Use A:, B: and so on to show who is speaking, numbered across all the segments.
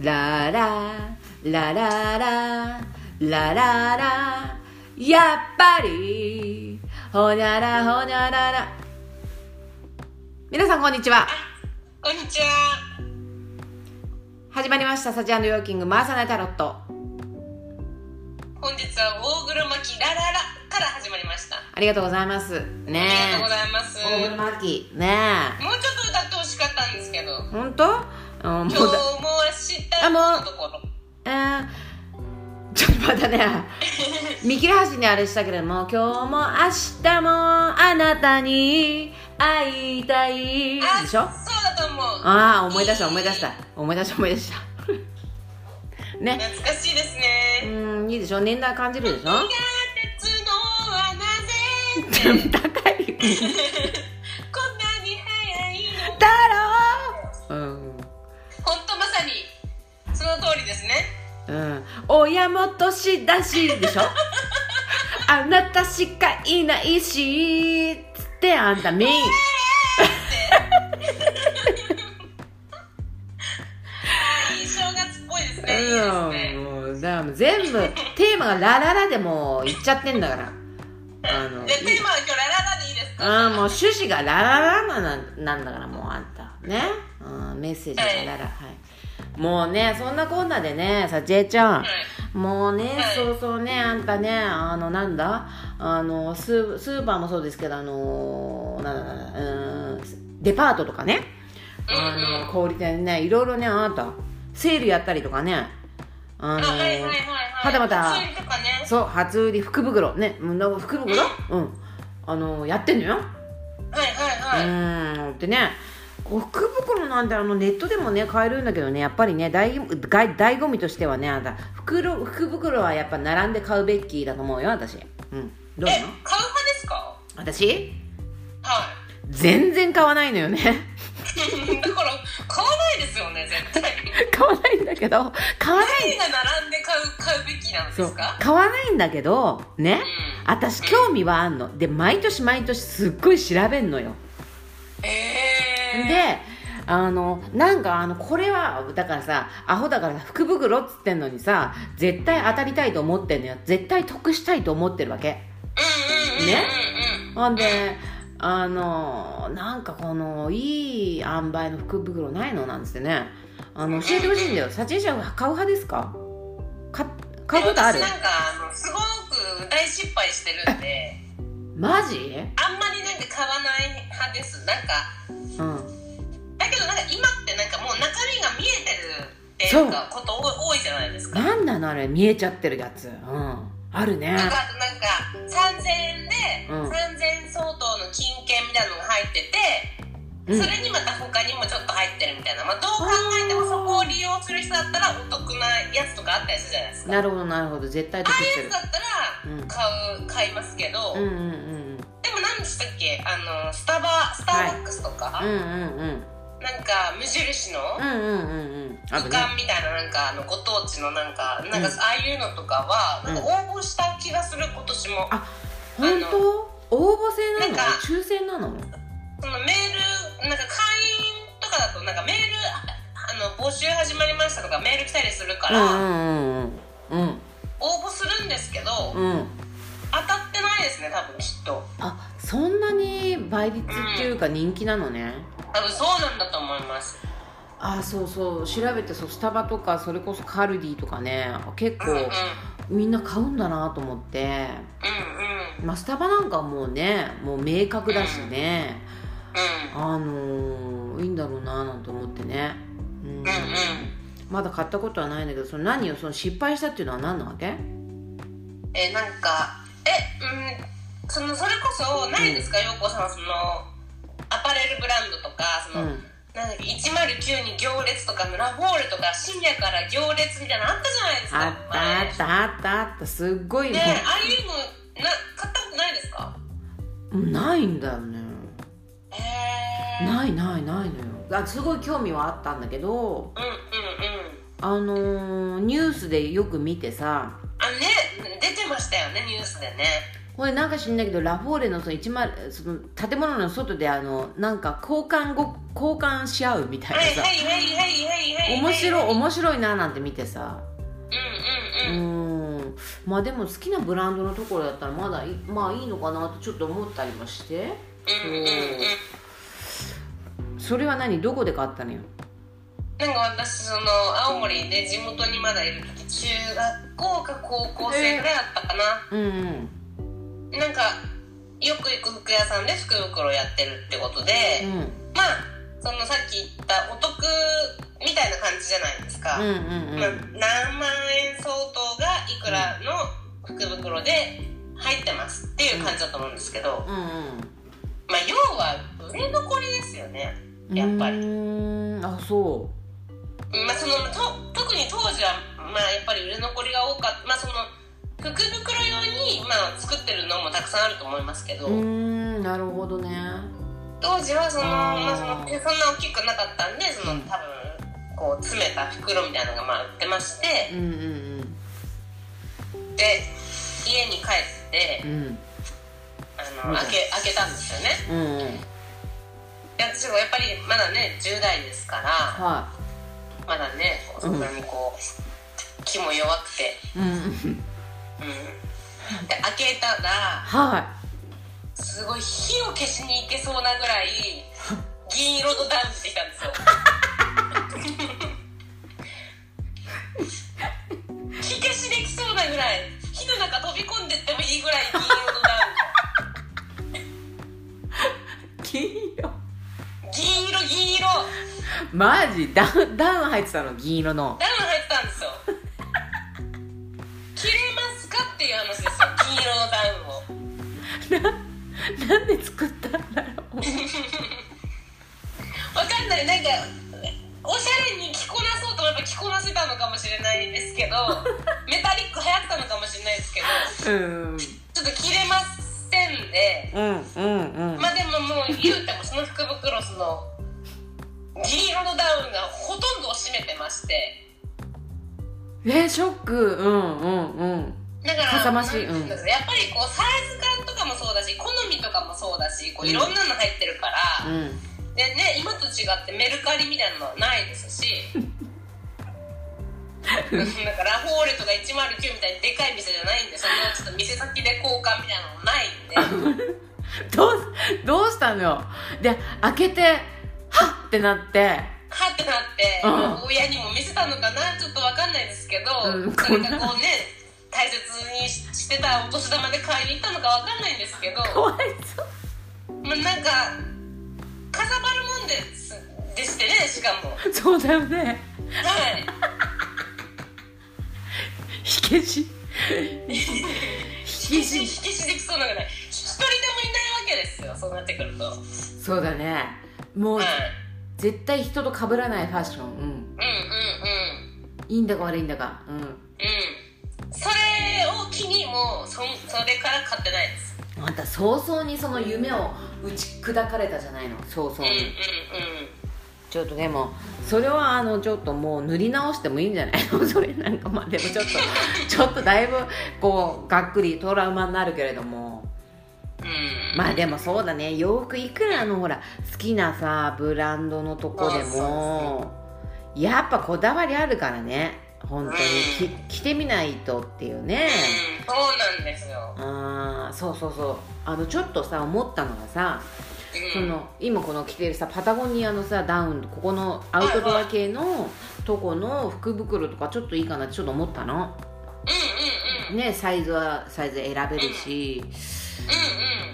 A: ララララララララやっぱりほにゃらほにゃらら皆さんこんにちは
B: こんにちは。
A: 始まりましたサチアンドヨーキング回さないタロット
B: 本日は大黒摩季ラララから始まりました。あ
A: ありがとうございますね
B: りがとうございます。
A: え大黒
B: もう
A: 摩季ね
B: ちょっと歌ってほしかったんですけど
A: え。本当うん
B: 今日
A: もうだ
B: も
A: あも
B: 明日
A: う
B: のところ。
A: あーちょっとまたね見切り発にあれしたけれども今日も明日もあなたに会いたいで
B: あ、
A: しょ
B: そうだと思う。
A: ああ思い出した思い出した思い出した思い出したね
B: 懐かしいです
A: う
B: ね。
A: んいいでしょ年代感じるでしょ
B: 苦手つのはなぜ
A: 高 い
B: こんなに早いの。
A: だろうん
B: 本当まさにその通りですね。
A: うん親元しだしでしょあなたしかいないしつってあんたメイン
B: いい正月っぽいですね。いいですね。
A: もうだからもう全部テーマが「ラララ」でもういっちゃってんだからあの
B: でテーマは今日ラララでいいですか。
A: あーもう趣旨が「ラララな」なんなんだからもうあんたね、うん、メッセージが「ラララ」はいもうねそんなこんなでねさちえちゃん、
B: はい
A: もうね、
B: はい
A: そうそうねあんたねあのなんだあのスースーパーもそうですけどあのなんだなんだうーんデパートとかねあの小売店ねいろいろねあなたセールやったりとかねあの
B: あはいはいはいはい。
A: はたまた
B: そういうとかね。
A: そう初売り福袋ねうんなんか福袋うんあのやってんのよ
B: はいは
A: う
B: いはい。
A: ーんでねこう福袋なんてあのネットでもね買えるんだけどねやっぱりね醍醍醍醐味としてはねあんた袋福袋はやっぱ並んで買うべきだと思うよ私うんどう
B: え
A: なの、
B: 買う派ですか。
A: 私
B: は
A: 全然買わないのよね
B: い。 だから買わないですよね 絶対。
A: 買わないんだけど買わない
B: 何が並んで買う買うべきなんで
A: そう
B: すか。
A: 買わないんだけどね
B: うん。
A: 私興味はあんので毎年毎年すっごい調べんのよ
B: ええ。
A: であのなんかあのこれはだからさアホだからさ福袋っつってんのにさ絶対当たりたいと思ってんのよ絶対得したいと思ってるわけ
B: うんうんうんうんうん。
A: ね
B: うん。
A: ほんであのなんかこのいい塩梅の福袋ないのなんつってねあの教えてほしいんだよ幸恵ちゃんは買う派ですかか買うことある
B: 私なんかあのすごく大失敗してるんで。
A: マジ
B: あんまりなんか買わない派ですなん
A: う
B: か
A: ん
B: だけどなんか今ってなんかもう中身が見えてるっていうかこと多い多いじゃないですか
A: なんなのあれ見えちゃってるやつうんあるね
B: なんかあとなんか3000円で、
A: うん
B: 3000円相当の金券みたいなのが入って
A: う
B: て
A: ん
B: それにまた他にもちょっと入ってるみたいな、まあ、どう考えてもそこを利用する人だったらお得なやつとかあったりするじゃないですか
A: なるほどなるほど絶対得
B: ああ
A: し
B: い
A: てる
B: うやつだった
A: うん
B: ら買う買いますけど、
A: うんうんうん
B: でも何でしたっけあのスタバスターバックスとか、
A: うんうんうん
B: なんか無印の、
A: うんうんうんうんあ
B: 図
A: とね
B: 鑑みたいななんかあのご当地のなんかなんか
A: うん
B: ああいうのとかはなんか応募した気がする今年も
A: あ本当応募制なの
B: なんか
A: 抽選なの
B: そのメールなんか会員とかだとなんかメールあの募集始まりましたとかメール来たりするか
A: う
B: ら
A: んうんうんうん
B: 応募するんですけど
A: うんうん
B: 当たってないですね多分きっと
A: あそんなに倍率っていうか人気なのね、
B: 多分そうなんだと思います
A: あそうそう調べてそうスタバとかそれこそカルディとかね結
B: うんうんうん
A: 構みんな買うんだなと思って、
B: うん
A: まあ、スタバなんかもうねもう明確だしね、あのー、いいんだろうななんて思ってねうん、
B: うんうん
A: まだ買ったことはないんだけどその何よその失敗したっていうのは何なわけ
B: うんえなんかえうんそのそれこそないですか陽子さんはそのアパレルブランドとかその、
A: うん
B: なんだっけ109に行列とかのラフォールとか深夜から行列みたいなのあったじゃないですか
A: あったあったあったあったすっごい
B: 前ね
A: ね
B: えああいうのな買ったことないですか
A: ないんだよね
B: へえうんうん
A: ないないないのよあすごい興味はあったんだけど
B: うん
A: あのーニュースでよく見てさ
B: あね出てましたよねニュースでね
A: ほいでなんか知んないけどラフォーレのその一丸その建物の外であのなんか交換ご交換し合うみたいな
B: はい
A: さ
B: はいはいはいはいはいはい
A: 面白い
B: うんうんうん
A: 面白いななんて見てさう
B: うん
A: んまあでも好きなブランドのところだったらまだいまあいいのかなとちょっと思ったりもして
B: うんうん
A: それは何どこで買ったのよ
B: なんか私その青森で地元にまだいる時中学校か高校生ぐらいだったかな、
A: うんうん
B: なんかよく行く服屋さんで福袋やってるってことで、
A: うん
B: まあそのさっき言ったお得みたいな感じじゃないですか、
A: うんうん
B: まあ、何万円相当がいくらの福袋で入ってますっていう感じだと思うんですけど、
A: うん
B: まあ要は売れ残りですよね
A: うん
B: やっぱり
A: うーんあそ
B: まあそのと特に当時はまあやっぱり売れ残りが多かったまあその福袋用にまあ作ってるのもたくさんあると思いますけど、
A: ううーんなるほどね
B: 当時はその,、
A: あー
B: まあ、そのそんな大きくなかったんでその
A: うん
B: 多分こう詰めた袋みたいなのがまあ売ってまして
A: うんうん
B: で家に帰って
A: うん
B: あ
A: う
B: の
A: ん
B: 開け開けたんですよね
A: うんうんうん
B: で私もやっぱりまだね10代ですから
A: は
B: まだねこうそんなにこう気も弱くて、
A: いうん
B: うん、で開けたら
A: は
B: すごい火を消しに行けそうなぐらい銀色のダウンしてきたんですよ火消しできそうなぐらい火の中飛び込んでってもいいぐらい銀色のダ
A: い金色
B: ウン銀色銀色
A: マジダウンダウン入ってたの銀色の
B: ダウン入ってたんです よ切れますかっていう話ですよ銀色のダウンを
A: なんで作ったんだろう
B: わかんないなんかおしゃれに着こなそうと思えば着こなせたのかもしれないで すけどメタリック流行ったのかもしれないですけど
A: うん
B: ちょっと着れませんで
A: うんうんうん
B: まあでももう言うてもその福袋その銀色のダウンがほとんどを占めてまして
A: えショックうんうんうん
B: だから
A: かさ増しうん
B: なんていですかやっぱりこうサイズ感とかもそうだし好みとかもそうだしこういろんなの入ってるか
A: う
B: ら、
A: ん
B: でね今と違ってメルカリみたいなのはないです しなんかラフォーレとか109みたいにでかい店じゃないんでそれをちょっと店先で交換みたいなのもないんで
A: どうどうしたのよで開けてはっってなって
B: はってなって、
A: うん
B: 親にも見せたのかなちょっとわかんないですけど、
A: うん
B: それがこうね大切にししてたお年玉で買いに行ったのかわかんないんです けど、
A: かわいそう
B: まあ、なんかかさばるもんですでしてねしかも。
A: そうだよね
B: はい
A: 火消し火
B: 火消し火消しできそうなぐらい一人でもいないわけですよそうなってくるとはい
A: そうだねもう絶対人と被らないファッションうん
B: うんうん
A: いいんだか悪いんだかうん
B: うんうんそれを機にもうそそれから買ってないです
A: あんた早々にその夢を打ち砕かれたじゃないの早々
B: うんうん
A: にちょっとでもそれはあのちょっともう塗り直してもいいんじゃない のそれなんかまあでもちょっと ちょっとだいぶこうがっくりトラウマになるけれども
B: うんうん
A: まあでもそうだね洋服いくらあのほら好きなさブランドのとこで
B: そうそ
A: もやっぱこだわりあるからね本当に
B: う
A: き着てみないとっていうね
B: うんそうなんですよ、
A: あーそうそうそうあのちょっとさ思ったのがさ
B: う
A: そ
B: ん、
A: の今この着てるさパタゴニアのさダウンここのアウトドア系のとこの福袋とかちょっといいかなってちょっと思ったの
B: うんうんうん
A: ねサイズはサイズ選べるし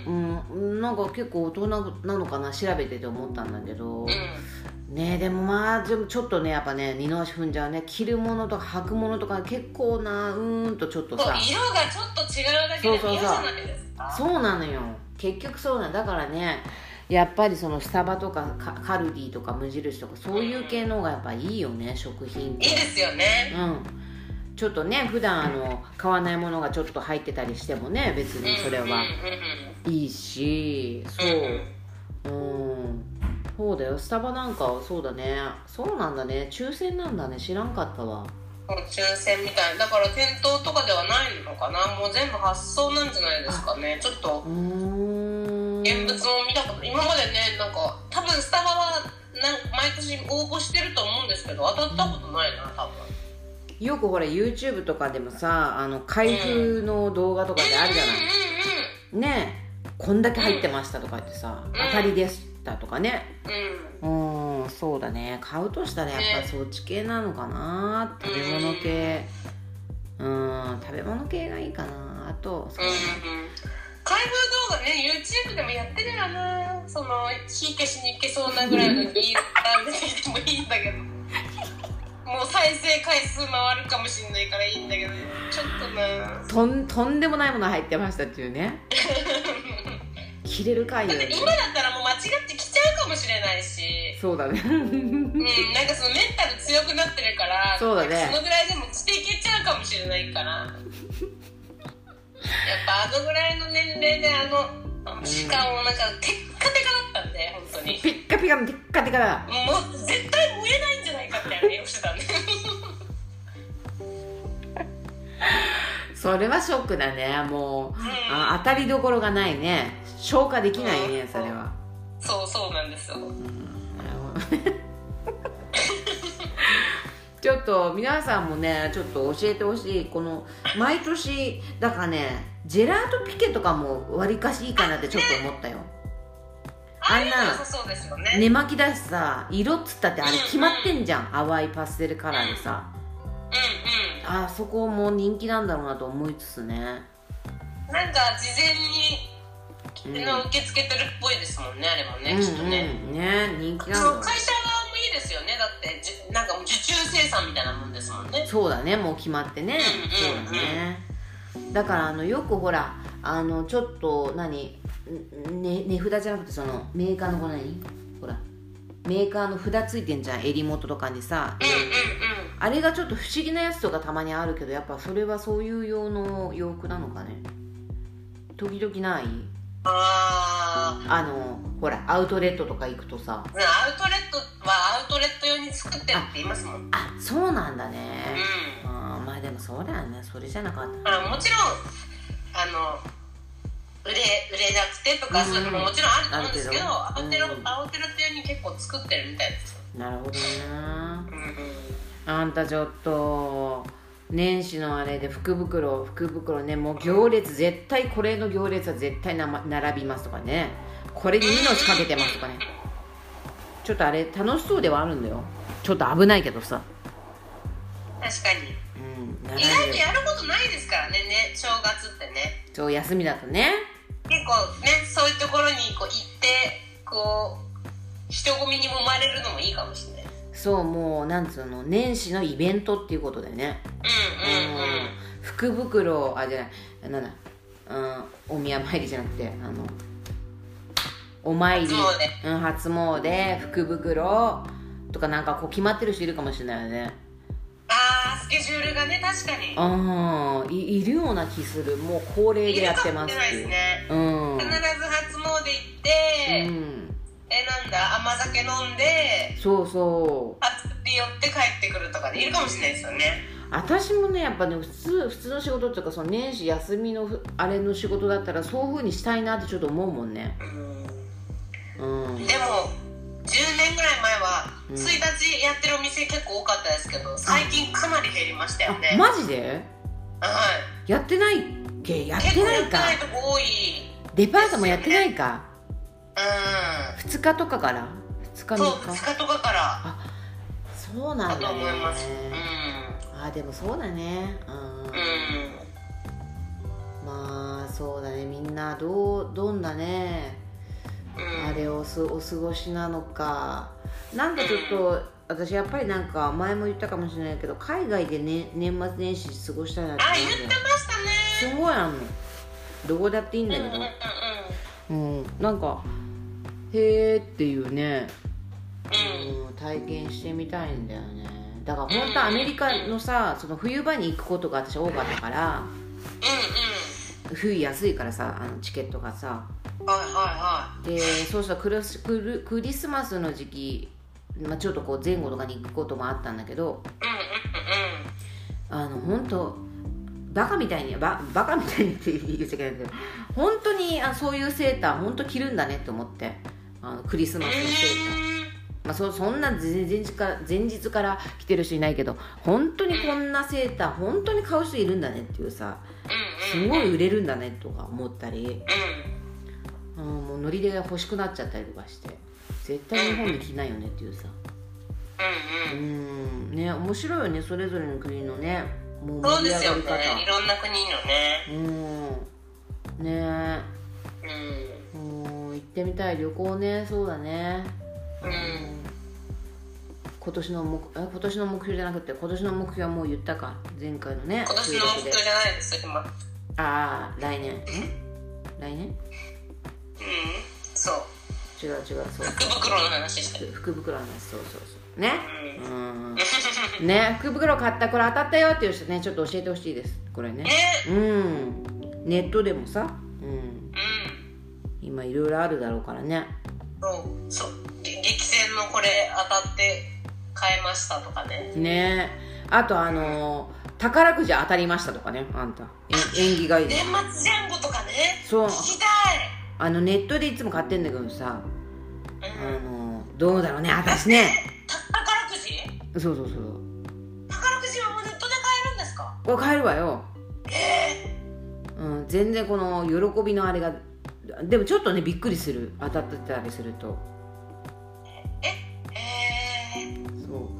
B: うん
A: うんなんか結構大人なのかな調べてて思ったんだけど
B: うんうん
A: ねでもまあでもちょっとねやっぱね二の足踏んじゃうね着るものとか履くものとか結構なうーんとちょっと
B: こう
A: さ
B: 色がちょっと違うだけで
A: そうそうそう
B: 嫌じゃないですか
A: そうなのよ結局そうなのだからねやっぱりそのスタバとかカカルディとか無印とかそういう系の方がやっぱいいよね食品って
B: いいですよね
A: うんちょっとね普段あの買わないものがちょっと入ってたりしてもね別にそれ
B: うんうんう
A: は
B: ん
A: いいしそううんそうだよスタバなんかはそうだねそうなんだね抽選なんだね知らんかったわ
B: もう抽選みたいなだから店頭とかではないのかなもう全部発送なんじゃないですかねちょっと
A: うーん
B: 現物も見たこと今までねなんか多分スタバはなん毎年応募してると思うんですけど当たったことないな多分
A: よくほら YouTube とかでもさあの開封の動画とかであるじゃない、ねえこんだけ入ってましたとか言ってさ、
B: ん
A: 当たりでしたとかね
B: うんうんうんうんうん
A: うんそうだね買うとしたらやっぱそっち系なのかな食べ物系うん食べ物系がいいかなあとそう
B: うんうん開封動画ね YouTube でもやってるよなその火消しに行けそうなぐらいのギータみたいなのもいいんだ けどもう再生回数回るかもしんないからいいんだけどちょっとな
A: とんとんでもないもの入ってましたっていう ね切れるかいよ
B: だって今だったらもう間違って来ちゃうかもしれないし
A: そうだね
B: うんなんかそのメンタル強くなってるから
A: そうだね
B: そのぐらいでもしていけちゃうかもしれないからやっぱあのぐらいの年齢であのしかもなんかテッカテカだったんで本当に
A: ピッカピカのテッカテカだ
B: もう絶対燃えないんじゃないかってあれをしてたんで
A: それはショックだねもう
B: うん
A: あ当たりどころがないね消化できないねそれは
B: そうそうなんですよ
A: なるほどね ちょっと皆さんもねちょっと教えてほしいこの毎年だからねジェラートピケとかもわりかしいいかなってちょっと思ったよ
B: あ
A: あ
B: れ
A: んな
B: も良さそうですよね
A: 寝巻きだしさ色っつったってあれ決まってんじゃん淡いパステルカラーでさ
B: うん
A: あそこも人気なんだろうなと思いつつね
B: うんなんか事前にの受け付けてるっぽいですもんねあれもねきっとね、
A: うんうんね人気なんだ
B: そ
A: ろ
B: う
A: う
B: 会社側もいいですよねだってじゅなんかもう受注生産みたいなもんですもんね
A: そうだねもう決まってね
B: う
A: そ
B: んうんうん
A: うだねだからあのよくほらあのちょっと何んね値札じゃなくてそのメーカーのこの何ほらメーカーの札ついてんじゃん襟元とかにさ
B: うんうん
A: あれがちょっと不思議なやつとかたまにあるけどやっぱそれはそういう用の洋服なのかね時々ない
B: うんあ
A: あのほらアウトレットとか行くとさ
B: あアウトレットはアウトレット用に作ってるって言いますもんうん
A: あそうなんだね
B: だ
A: あーまあでもそうだよねそれじゃなかった
B: からもちろんあの売れ売れなくてとかそういうのももちろんあると思うんですけどア
A: あ
B: ウ
A: る
B: ト
A: け
B: レ
A: ど
B: ットアウトレット用に結構作ってるみたいですよ
A: なるほどね
B: うんうん
A: あんたちょっと年始のあれで福袋福袋ねもう行列絶対これの行列は絶対なま並びますとかねこれに命かけてますとかねちょっとあれ楽しそうではあるんだよちょっと危ないけどさ
B: 確かに
A: うん並
B: 意
A: ん
B: 外と
A: で
B: やることないですからねね正月ってね
A: そう休みだとね
B: 結構ねそういうところにこう行ってこう人混みに揉まれるのもいいかもしれない
A: そうもうなんつうの年始のイベントっていうことでね
B: うんうんうん
A: 福袋あじゃないなんだうんお宮参りじゃなくてあのお参り
B: 初詣
A: うん、初詣福袋とかなんかこう決まってる人いるかもしれないよね
B: あースケジュールがね確かに
A: うんいいるような気するもう恒例でやってます
B: いるかもしれない
A: って
B: で
A: い
B: す
A: う、
B: ね
A: うん、う
B: 必ず初詣行って、
A: ん、
B: えなんだ甘酒飲んで
A: そうそう
B: 初って寄って帰ってくるとかでいるかもしれないですよね
A: 私もねやっぱね普通普通の仕事っていうかその年始休みのふあれの仕事だったらそういう風にしたいなってちょっと思うもんね
B: うん
A: うん
B: でも10年ぐらい前は
A: うん
B: 1日やってるお店結構多かったですけど最近かなり減りましたよ
A: あ
B: ね
A: マジで
B: はい
A: やってないっけやっ
B: 結
A: て
B: 構
A: な
B: や
A: い
B: って
A: か
B: ないとこ多い
A: デパートもやってないか
B: う
A: 2日とかから2日3
B: ん、そう
A: 日
B: 2日とかから
A: そうな
B: だ
A: ん
B: と
A: だ
B: 思
A: ね
B: います、
A: あでもそうだねうん
B: うんうん
A: まあそうだねみんなどうどんなね
B: うん
A: あれをすお過ごしなのかなんかちょっと私やっぱりなんか前も言ったかもしれないけど海外で、ね、年末年始過ごしたいなって
B: あ
A: 思
B: 言っ
A: うん
B: てま
A: だよ
B: したね
A: すごいあんのどこだっていいんだけど、
B: うんうんうん
A: うん、なんかへえっていうね、
B: うん
A: うん、体験してみたいんだよねだから本当アメリカのさその冬場に行くことが私多かったから
B: う
A: 冬安いからさあのチケットがさ
B: んうんはいは
A: でそうしたらクリスクルクリスマスの時期、まあ、ちょっとこう前後とかに行くこともあったんだけど
B: いはいうんうんうん
A: あの本当バカみたいにババカみたいにって言っちゃいけないんだけど本当にあそういうセーター本当着るんだねって思ってあのクリスマスのセーター、まあ、そそんな前前日から前日から着てる人いないけど本当にこんなセーター本当に買う人いるんだねっていうさすごい売れるんだねとか思ったり、うん、もうノリで欲しくなっちゃったりとかして絶対日本で着ないよねっていうさうんね面白いよねそれぞれの国のねもう
B: そう
A: 盛り
B: で
A: 上
B: す
A: が
B: よ
A: り
B: ね
A: 方
B: いろんな国のね
A: うんねえ
B: うん
A: うん行ってみたい旅行ねそうだね
B: うん
A: 今年の目え今年の目標じゃなくて今年の目標はもう言ったか前回のね
B: 今年の目
A: 収
B: 標
A: 録で
B: じゃないですよ今う
A: あ
B: ん
A: あ来年ん来年
B: そう
A: 違う違うそう
B: 福袋の話してる
A: 福福袋なんですそうそうそうね
B: うん
A: うんね福袋買ったこれ当たったよっていう人ねちょっと教えてほしいですこれね
B: ね
A: うんネットでもさ、うん、
B: うん
A: 今いろいろあるだろうからね
B: そうそうげ激戦のこれ当たって買えましたとかね
A: ねあとあのー宝くじ当たりましたとかねあんたえ縁起がいいね
B: 年末ジャンボとかね
A: そう
B: 聞きた
A: あのネットでいつも買ってんだけどさ
B: い、
A: あ
B: うん、
A: のーどうだろうね私ね
B: た宝くじ
A: そうそうそう
B: 宝くじはもうネットで買えるんですか
A: これ買えるわよ、
B: え
A: うん、全然この喜びのあれがでもちょっとねびっくりする当たってたりすると
B: ー、え
A: そ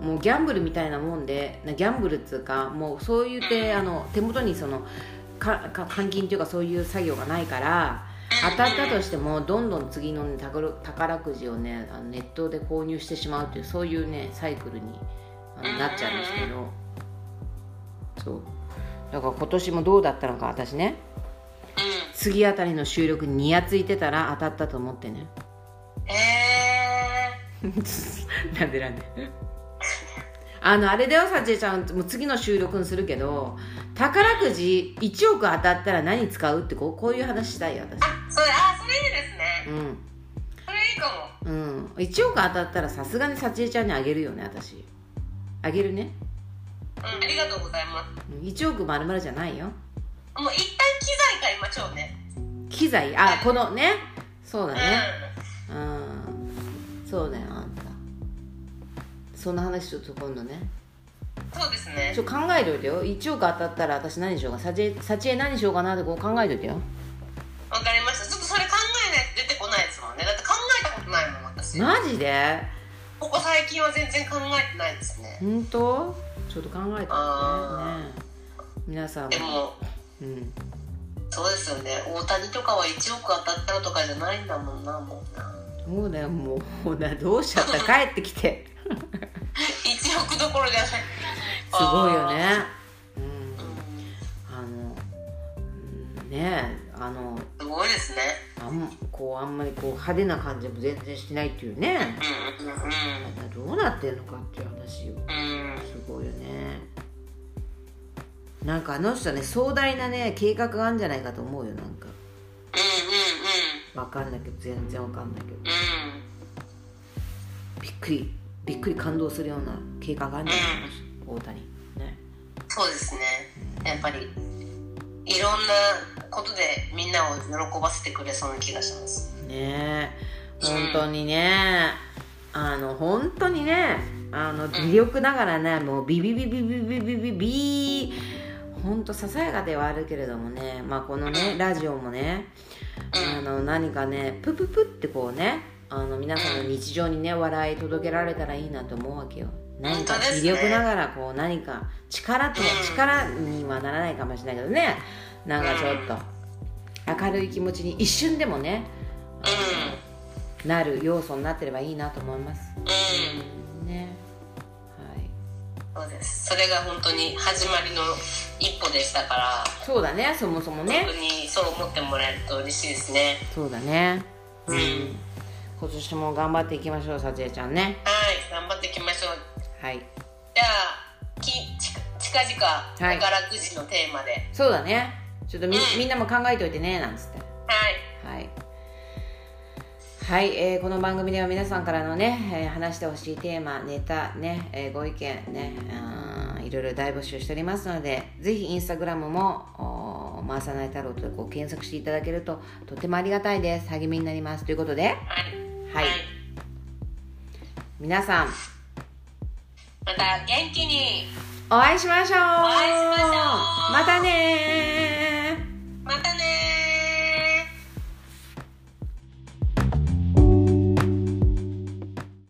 A: うもうギャンブルみたいなもんでなギャンブルっつうかもうそういうてあの手元にそのかか換金というかそういう作業がないから
B: ー、
A: 当たったとしてもどんどん次の、ね、宝宝くじをねあのネットで購入してしまうっていうそういうねサイクルにあのなっちゃうんですけどそうだから今年もどうだったのか私ね
B: う
A: 次あたりの収録にニヤついてたら当たったと思ってね
B: んえ
A: なんでなんであのあれだよさちえちゃんもう次の収録にするけど宝くじ1億当たったら何使うってこうこういう話したいよ私
B: ー、あそれあそれいいですね
A: うん
B: それいいかも
A: うん、1億当たったらさすがに幸恵ちゃんにあげるよね私あげるね
B: うんありがとうございます
A: うん1億まるまるじゃないよ
B: もう一旦機材買いましょうね
A: 機材あこのねそうだ
B: うん
A: ねうんそうだよあんたそんな話ちょっと今度ね
B: そうですね
A: ちょ考えといてよ1億当たったら私何しようか幸恵幸恵何しようかなってこう考えといてよ
B: わかりましたちょっとそれ考えないと出てこないですもんねだって考えたことないもん私
A: マジで
B: ここ最近は全然考えてないですね
A: 本当ちょっと考えて
B: あ
A: ねね皆さんも
B: でも
A: うん
B: そうですよね大谷とかは1億当たったらとかじゃないんだもんなもうな
A: そうだよもうほなどうしちゃった帰ってきて
B: 1億どころじゃないす
A: すごいよね。うん
B: う、ん
A: あの、うんねえ、あの、
B: すごいですね
A: あん、こう、あんまりこう派手な感じも全然しないっていうね。
B: うんうん
A: あれどうなってんのかっていう話を。
B: うんうん
A: すごいよね。なんかあの人ね、壮大なね、計画があるんじゃないかと思うよ、なんか。
B: う
A: わかんないけど、全然わかんないけど。
B: んうんうんうん
A: びっくり、びっくり感動するような計画があるんじゃないかな、大谷。ね。
B: そうですねやっぱりいろんなことでみんなを喜ばせてくれそうな気がします
A: ねえ
B: う
A: 本
B: ん
A: 当にねあの本当にねあの微力ながらねもうビビビビビビビビビ本当ささやかではあるけれどもねまあこのねラジオもねあの何かねプププってこうねあの皆さんの日常にね笑い届けられたらいいなと思うわけよ何か
B: 本当です
A: 微
B: ね
A: 力ながらこう何か力とは
B: うん
A: 力にはならないかもしれないけどねなんかちょっと明るい気持ちに一瞬でもね
B: う
A: なる要素になってればいいなと思います。
B: んうん
A: ね。はい。
B: そうですそれが本当に始まりの一歩でしたから
A: そうだね、そもそもね
B: 本。当にそう思ってもらえると嬉しいですね
A: そうだね。
B: うん
A: 今年も頑張っていきましょう、さちえちゃんね。
B: はい頑張っていきましょう
A: はい。
B: じゃあきち近々
A: はい
B: 宝くじのテーマで
A: そうだね。ちょっとみ
B: うん
A: みんなも考えといてね、なんつって。
B: はい
A: はい。はい、えーこの番組では皆さんからのね、えー話してほしいテーマ、ネタ、ね、えーご意見ね、うんいいろいろ大募集しておりますのでぜひインスタグラムもお回さない太郎とこう検索していただけるととてもありがたいです励みになりますということでは
B: はいい、
A: 皆さん
B: また元気に
A: お会いしましょう
B: お会いしましょう